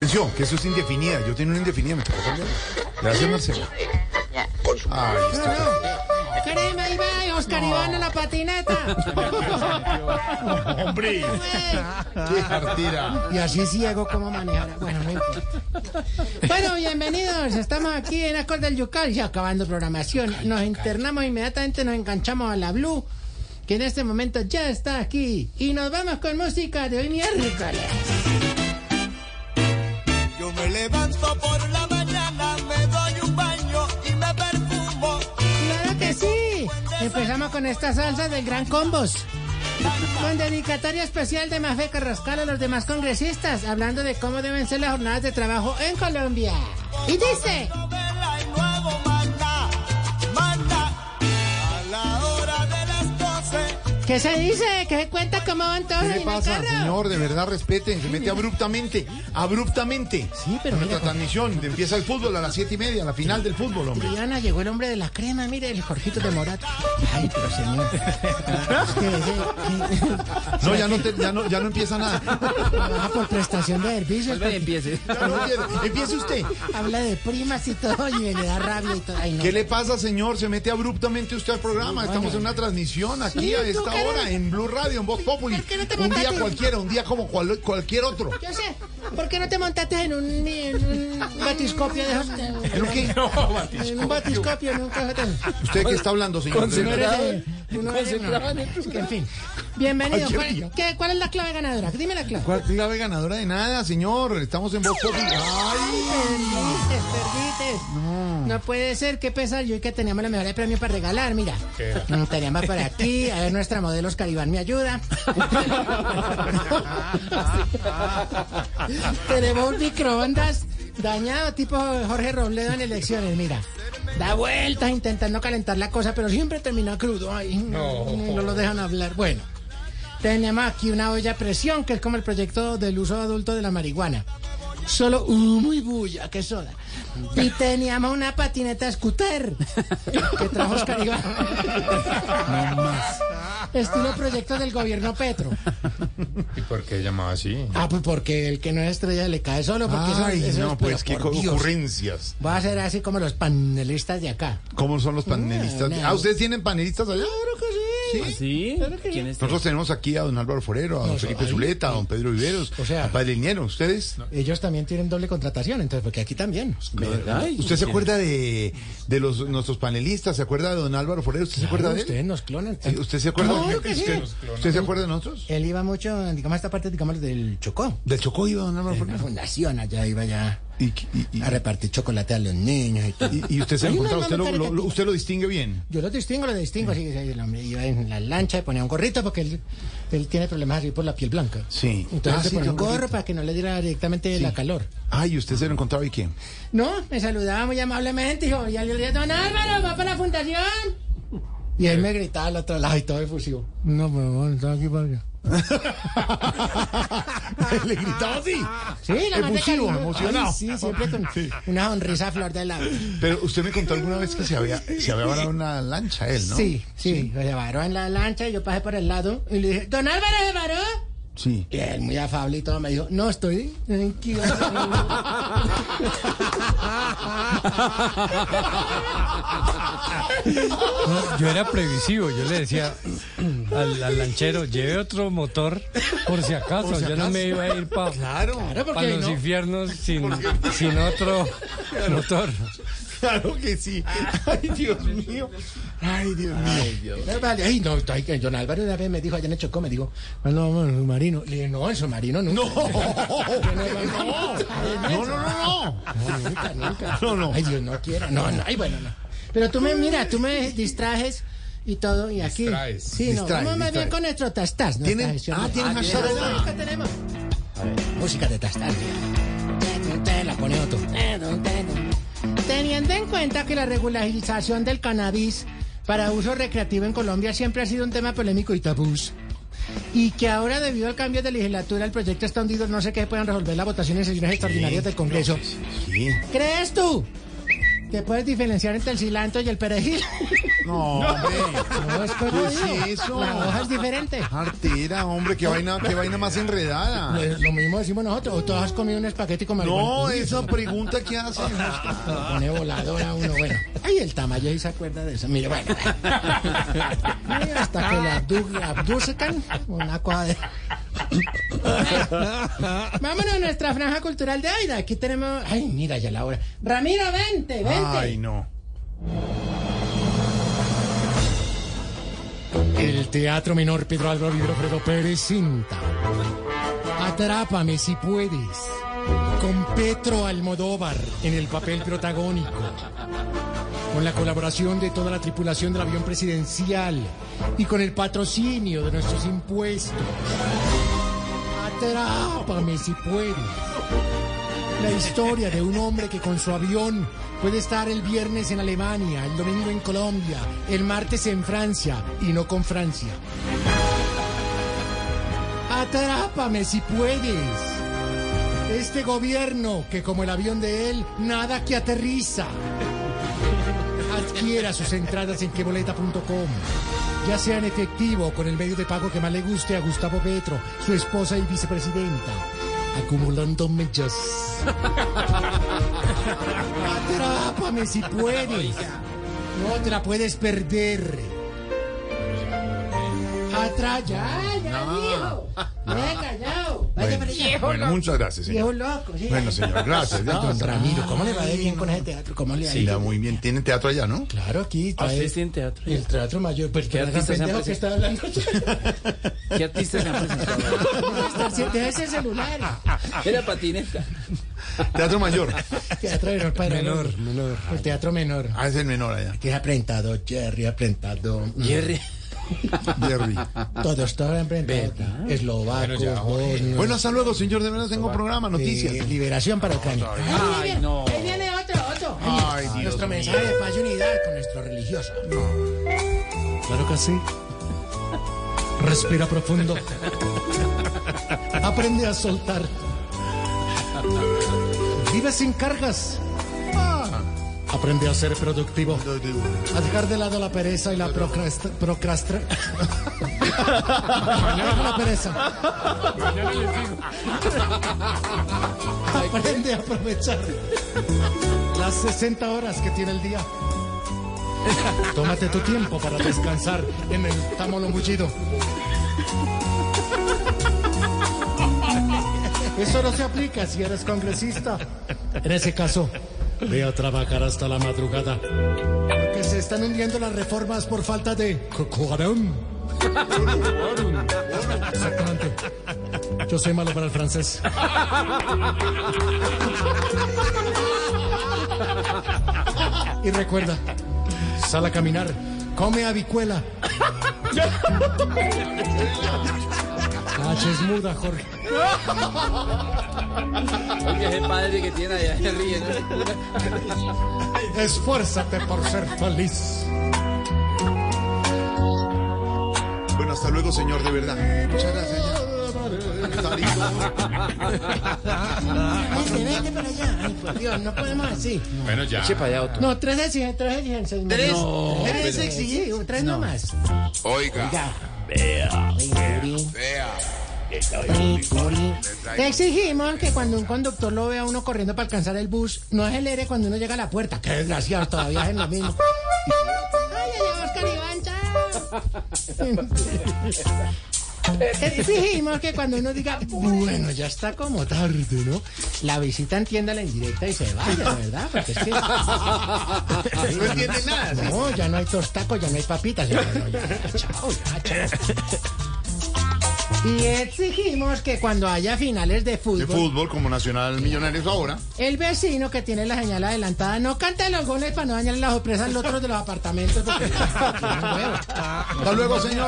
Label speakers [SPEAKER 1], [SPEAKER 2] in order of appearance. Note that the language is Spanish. [SPEAKER 1] Atención, que eso es indefinida. Yo tengo una indefinida, me tocó cambiar. Gracias, Marcela. Ay, esto-
[SPEAKER 2] Créeme, ahí va, Oscar Iván en la patineta.
[SPEAKER 1] ¡Hombre! ¡Qué jardera!
[SPEAKER 2] y así ciego cómo manejar. Bueno, no importa. Bueno, bienvenidos. Estamos aquí en Acorde del Yucal, ya acabando programación. Nos internamos inmediatamente, nos enganchamos a la Blue, que en este momento ya está aquí. Y nos vamos con música de hoy miércoles.
[SPEAKER 3] Yo me levanto por la mañana, me doy un baño y me perfumo.
[SPEAKER 2] ¡Claro que sí! Empezamos con esta salsa del Gran Combos. Con dedicatoria especial de Mafe Carrascal a los demás congresistas, hablando de cómo deben ser las jornadas de trabajo en Colombia. Y dice...
[SPEAKER 3] Novela y nuevo manda, manda. A la hora de las doce,
[SPEAKER 2] ¿Qué se dice? ¿Qué se cuenta? ¿Cómo van todos
[SPEAKER 1] ¿Qué
[SPEAKER 2] en
[SPEAKER 1] le
[SPEAKER 2] el
[SPEAKER 1] pasa,
[SPEAKER 2] carro?
[SPEAKER 1] señor? De verdad, respeten. Se mete abruptamente. Abruptamente.
[SPEAKER 2] Sí, pero
[SPEAKER 1] En
[SPEAKER 2] mira,
[SPEAKER 1] Nuestra transmisión. Empieza el fútbol a las siete y media, la final del fútbol, hombre.
[SPEAKER 2] Triana, llegó el hombre de la crema, mire, el Jorgito de Morata. Ay, pero señor. Es que, eh, que-
[SPEAKER 1] No, ya no, te- ya no, ya no empieza nada.
[SPEAKER 2] trabaja por prestación de servicios. porque
[SPEAKER 1] Ya no empieza. Empiece usted.
[SPEAKER 2] Habla de primas y todo y le da rabia y todo. Ay, no.
[SPEAKER 1] ¿Qué le pasa, señor? Se mete abruptamente usted al programa. Estamos en una transmisión aquí
[SPEAKER 2] Sí,
[SPEAKER 1] a
[SPEAKER 2] ¿tú
[SPEAKER 1] esta
[SPEAKER 2] qué
[SPEAKER 1] hora
[SPEAKER 2] eres?
[SPEAKER 1] en Blue Radio, en Voz Populi.
[SPEAKER 2] ¿Por qué no te
[SPEAKER 1] Un día
[SPEAKER 2] mandaste?
[SPEAKER 1] cualquiera, un día como cual- cualquier otro.
[SPEAKER 2] Yo sé, ¿por qué no te montaste en un, en un batiscopio de esos?
[SPEAKER 1] ¿En un qué?
[SPEAKER 2] En un batiscopio, nunca.
[SPEAKER 1] ¿Usted qué está hablando, señor?
[SPEAKER 2] Uno
[SPEAKER 1] ¿De verdad?
[SPEAKER 2] eres de- uno eres de- En fin. Bienvenido.
[SPEAKER 1] Cualquier
[SPEAKER 2] ¿Cuál,
[SPEAKER 1] día.
[SPEAKER 2] qué- ¿Cuál es la clave ganadora? Dime la clave.
[SPEAKER 1] ¿Cuál clave ganadora de nada, señor? Estamos en Voz Populi. ¡Ay!
[SPEAKER 2] Perdites, perdites. No. puede ser, qué pesar. Yo hoy que teníamos la mejor premio para regalar, mira. Mm, Teníamos para ti, a ver, nuestra modelo Oscar Iván me ayuda. Tenemos un microondas dañado, tipo Jorge Robledo en elecciones, mira. Da vueltas intentando calentar la cosa, pero siempre termina crudo. Ay, no, no lo dejan hablar. Bueno. Tenemos aquí una olla a presión, que es como el proyecto del uso adulto de la marihuana. Solo humo y bulla, que soda. Y teníamos una patineta scooter que trajo Oscar Iván. Estilo proyecto del gobierno Petro.
[SPEAKER 4] ¿Y por qué llamaba así?
[SPEAKER 2] Ah, pues porque el que no es estrella le cae solo. Porque eso-
[SPEAKER 1] Ay,
[SPEAKER 2] eso es-
[SPEAKER 1] no, pues qué
[SPEAKER 2] pero por Dios.
[SPEAKER 1] ocurrencias.
[SPEAKER 2] Va a ser así como los panelistas de acá.
[SPEAKER 1] ¿Cómo son los panelistas?
[SPEAKER 2] no.
[SPEAKER 1] ¿Ah, ustedes tienen panelistas allá? Claro que sí.
[SPEAKER 5] ¿Sí? ¿Quién es?
[SPEAKER 1] Nosotros tenemos aquí a don Álvaro Forero, a don Felipe Zuleta, a don Pedro Viveros,
[SPEAKER 2] O sea-
[SPEAKER 1] a Padre Liniero. ¿Ustedes?
[SPEAKER 2] Ellos también tienen doble contratación, entonces, porque aquí también.
[SPEAKER 5] ¿Verdad?
[SPEAKER 1] ¿Usted se acuerda de, de los, nuestros panelistas? ¿Se acuerda de don Álvaro Forero? ¿Usted se acuerda de él?
[SPEAKER 2] Ustedes nos clonan.
[SPEAKER 1] Sí, ¿Usted se acuerda?
[SPEAKER 2] Claro que sí.
[SPEAKER 1] ¿Usted, usted se acuerda de nosotros?
[SPEAKER 2] Él iba mucho, digamos, esta parte, digamos, del Chocó.
[SPEAKER 1] ¿Del Chocó iba don Álvaro
[SPEAKER 2] Una
[SPEAKER 1] Forero?
[SPEAKER 2] fundación allá iba ya
[SPEAKER 1] Y, y- y-
[SPEAKER 2] a repartir chocolate a los niños y todo.
[SPEAKER 1] y- y usted se
[SPEAKER 2] Hay
[SPEAKER 1] lo
[SPEAKER 2] una
[SPEAKER 1] encontraba, usted lo,
[SPEAKER 2] mamá
[SPEAKER 1] lo- usted lo distingue bien.
[SPEAKER 2] Yo lo distingo, lo distingo, así que el hombre iba en la lancha y ponía un gorrito porque él, él tiene problemas así por la piel blanca.
[SPEAKER 1] Sí.
[SPEAKER 2] Entonces
[SPEAKER 1] Ah,
[SPEAKER 2] se
[SPEAKER 1] sí,
[SPEAKER 2] ponía
[SPEAKER 1] qué
[SPEAKER 2] un gorro
[SPEAKER 1] bonito.
[SPEAKER 2] para que no le diera directamente la calor.
[SPEAKER 1] Ay, ¿usted se lo encontraba y qué?
[SPEAKER 2] No, me saludaba muy amablemente, dijo, ya le dije, don Álvaro, va para la fundación. Y él me gritaba al otro lado y todo efusivo. No, pero bueno, está aquí para allá.
[SPEAKER 1] Le gritaba así.
[SPEAKER 2] Sí, la más de
[SPEAKER 1] Efusivo,
[SPEAKER 2] cariño.
[SPEAKER 1] emocionado.
[SPEAKER 2] Ay, sí, siempre con una sonrisa a flor de lado.
[SPEAKER 1] Pero usted me contó alguna vez que se había, se había varado una lancha él, ¿no?
[SPEAKER 2] Sí, sí, se varó en la lancha y yo pasé por el lado y le dije, don Álvaro, ¿se varó?
[SPEAKER 1] Sí.
[SPEAKER 2] Y él, muy afable y todo, me dijo, no, estoy tranquilo.
[SPEAKER 6] No, yo era previsivo, yo le decía al, al lanchero, lleve otro motor por si acaso, yo no me iba a ir para
[SPEAKER 1] Claro,
[SPEAKER 2] porque
[SPEAKER 6] los
[SPEAKER 2] no.
[SPEAKER 6] infiernos sin, sin otro motor.
[SPEAKER 1] claro que sí. Ay, Dios mío. Ay, Dios mío.
[SPEAKER 2] No, vale, ay, no, ay, que don Álvaro una vez me dijo, allá en el Chocó, me dijo, cuando vamos en submarino? Le dije, no, en submarino nunca.
[SPEAKER 1] No, no, no, no.
[SPEAKER 2] nunca, nunca.
[SPEAKER 1] No, no.
[SPEAKER 2] Ay, Dios, no quiero. No, no, ay, bueno, no. Pero tú me, mira, tú me distrajes y todo, y aquí.
[SPEAKER 4] Distraes.
[SPEAKER 2] Sí, no,
[SPEAKER 1] Distraes,
[SPEAKER 2] vamos más bien
[SPEAKER 1] distraes.
[SPEAKER 2] con nuestro tastas. ¿no?
[SPEAKER 1] ¿Tienen-
[SPEAKER 2] Tastas,
[SPEAKER 1] ah,
[SPEAKER 2] ¿no?
[SPEAKER 1] tienen hashtag
[SPEAKER 2] ¿tienen
[SPEAKER 1] allá?
[SPEAKER 2] hashtag que tenemos. Música de tastas. mira. La pone otro. Teniendo en cuenta que la regularización del cannabis para uso recreativo en Colombia siempre ha sido un tema polémico y tabús. Y que ahora, debido al cambio de legislatura, el proyecto está hundido, no sé qué puedan resolver las votaciones y sesiones extraordinarias del Congreso.
[SPEAKER 1] Sí.
[SPEAKER 2] ¿Crees tú ¿Te puedes diferenciar entre el cilantro y el perejil? Pues
[SPEAKER 1] No, hombre.
[SPEAKER 2] No, es que yo
[SPEAKER 1] ¿Qué es
[SPEAKER 2] digo,
[SPEAKER 1] eso?
[SPEAKER 2] La hoja es diferente.
[SPEAKER 1] Artera, hombre, qué vaina, qué vaina más enredada.
[SPEAKER 2] Lo, lo mismo decimos nosotros. ¿O tú has comido un espagueti con
[SPEAKER 1] No,
[SPEAKER 2] marihuana?
[SPEAKER 1] esa pregunta que hace.
[SPEAKER 2] Lo pone voladora uno, bueno. Ay, el tamaño ahí se acuerda de eso. Mire, bueno. Ay, Hasta que la abdu- abduzcan, una cosa de... Vámonos a nuestra franja cultural de hoy. Aquí tenemos... Ay, mira ya la hora. Ramiro, vente, vente.
[SPEAKER 1] Ay, no.
[SPEAKER 2] El Teatro Menor Pedro Álvaro Vidrofredo Pérez cinta. Atrápame si puedes. Con Petro Almodóvar en el papel protagónico. Con la colaboración de toda la tripulación del avión presidencial y con el patrocinio de nuestros impuestos. Atrápame si puedes. La historia de un hombre que con su avión puede estar el viernes en Alemania, el domingo en Colombia, el martes en Francia y no con Francia. Atrápame si puedes. Este gobierno que como el avión de él, nada que aterriza. Adquiera sus entradas en queboleta.com. Ya sea en efectivo o con el medio de pago que más le guste a Gustavo Petro, su esposa y vicepresidenta. Acumulando millas. Atrápame si puedes. No te la puedes perder. Atrás, ya, ya, viejo. Venga, ya. Vaya para allá.
[SPEAKER 1] Bueno, muchas gracias,
[SPEAKER 2] Viejo
[SPEAKER 1] señor.
[SPEAKER 2] loco, sí.
[SPEAKER 1] Bueno, señor, gracias. ya.
[SPEAKER 2] Don Ramiro, ¿cómo le va de bien con ese teatro? ¿Cómo le va de
[SPEAKER 1] Sí, da
[SPEAKER 2] bien?
[SPEAKER 1] muy bien. Tienen teatro allá, ¿no?
[SPEAKER 2] Claro, aquí está
[SPEAKER 5] ¿Ustedes
[SPEAKER 2] el-
[SPEAKER 5] tienen teatro?
[SPEAKER 2] el teatro mayor. Pues que haga
[SPEAKER 5] artistas se han
[SPEAKER 2] pendejo que está hablando.
[SPEAKER 5] ¿Qué artistas se han presentado?
[SPEAKER 2] Deja ese celular.
[SPEAKER 5] Era patineta.
[SPEAKER 1] Teatro mayor.
[SPEAKER 2] Teatro menor para menor. menor. El teatro menor.
[SPEAKER 1] Ah, es el menor allá.
[SPEAKER 2] Que es aprentado, Jerry, aprentado. mm,
[SPEAKER 5] Jerry.
[SPEAKER 1] Jerry.
[SPEAKER 2] Todos, todos aprentados. Eslovacos,
[SPEAKER 4] ya,
[SPEAKER 2] bosnios.
[SPEAKER 1] Bueno, hasta luego, señor. De verdad tengo programa, noticias.
[SPEAKER 2] eh, liberación para Ucrania.
[SPEAKER 5] Ay, no.
[SPEAKER 2] Ahí viene otro, otro.
[SPEAKER 1] Ay, Dios
[SPEAKER 2] Ah, nuestro
[SPEAKER 1] mío.
[SPEAKER 2] mensaje de paz y unidad con nuestro religioso.
[SPEAKER 6] Claro que sí. Respira profundo.
[SPEAKER 2] Aprende a soltar. Vive sin cargas. Ah, Aprende a ser productivo. A dejar de lado la pereza y la procrast- procrastra. Maneja la pereza. Aprende a aprovechar las 60 horas que tiene el día. Tómate tu tiempo para descansar en el tamolo mullido. Eso no se aplica si eres congresista. En ese caso, voy a trabajar hasta la madrugada. Porque se están hundiendo las reformas por falta de... co- quórum. Exactamente. Yo soy malo para el francés. Y recuerda, sal a caminar, come habichuela. La H es muda, Jorge.
[SPEAKER 5] Oye, ese padre que tiene allá, Jerry. ¿no?
[SPEAKER 2] Esfuérzate por ser feliz.
[SPEAKER 1] Bueno, hasta luego, señor, de verdad. Muchas gracias. ya. Tarito.
[SPEAKER 2] Vente, vente para allá. Ay, por Dios, no podemos así.
[SPEAKER 4] Bueno, ya.
[SPEAKER 5] Eche para allá otro.
[SPEAKER 2] No, tres exigencias, tres exigencias.
[SPEAKER 5] Tres,
[SPEAKER 2] No,
[SPEAKER 5] tres
[SPEAKER 2] pero-
[SPEAKER 5] exigencias.
[SPEAKER 2] sí, tres nomás.
[SPEAKER 7] Oiga,
[SPEAKER 2] Ya. Te exigimos que cuando un conductor lo vea a uno corriendo para alcanzar el bus, no acelere cuando uno llega a la puerta. Qué desgraciado, todavía es en lo mismo. Ay, ya llegó Oscar Iván, chao. Te Exigimos que cuando uno diga, bueno, ya está como tarde, ¿no? La visita entienda la indirecta y se vaya, ¿verdad? Porque es que...
[SPEAKER 1] No entiende nada. sí.
[SPEAKER 2] No, ya no hay tostacos, ya no hay papitas. Ya, no, ya, chao, ya, chao. Y exigimos que cuando haya finales de
[SPEAKER 1] De
[SPEAKER 2] fútbol,
[SPEAKER 1] fútbol, como Nacional Millonarios ahora.
[SPEAKER 2] el vecino que tiene la señal adelantada no cante los goles para no dañarle las sorpresas al otro de los apartamentos. porque-
[SPEAKER 1] Hasta luego, señor.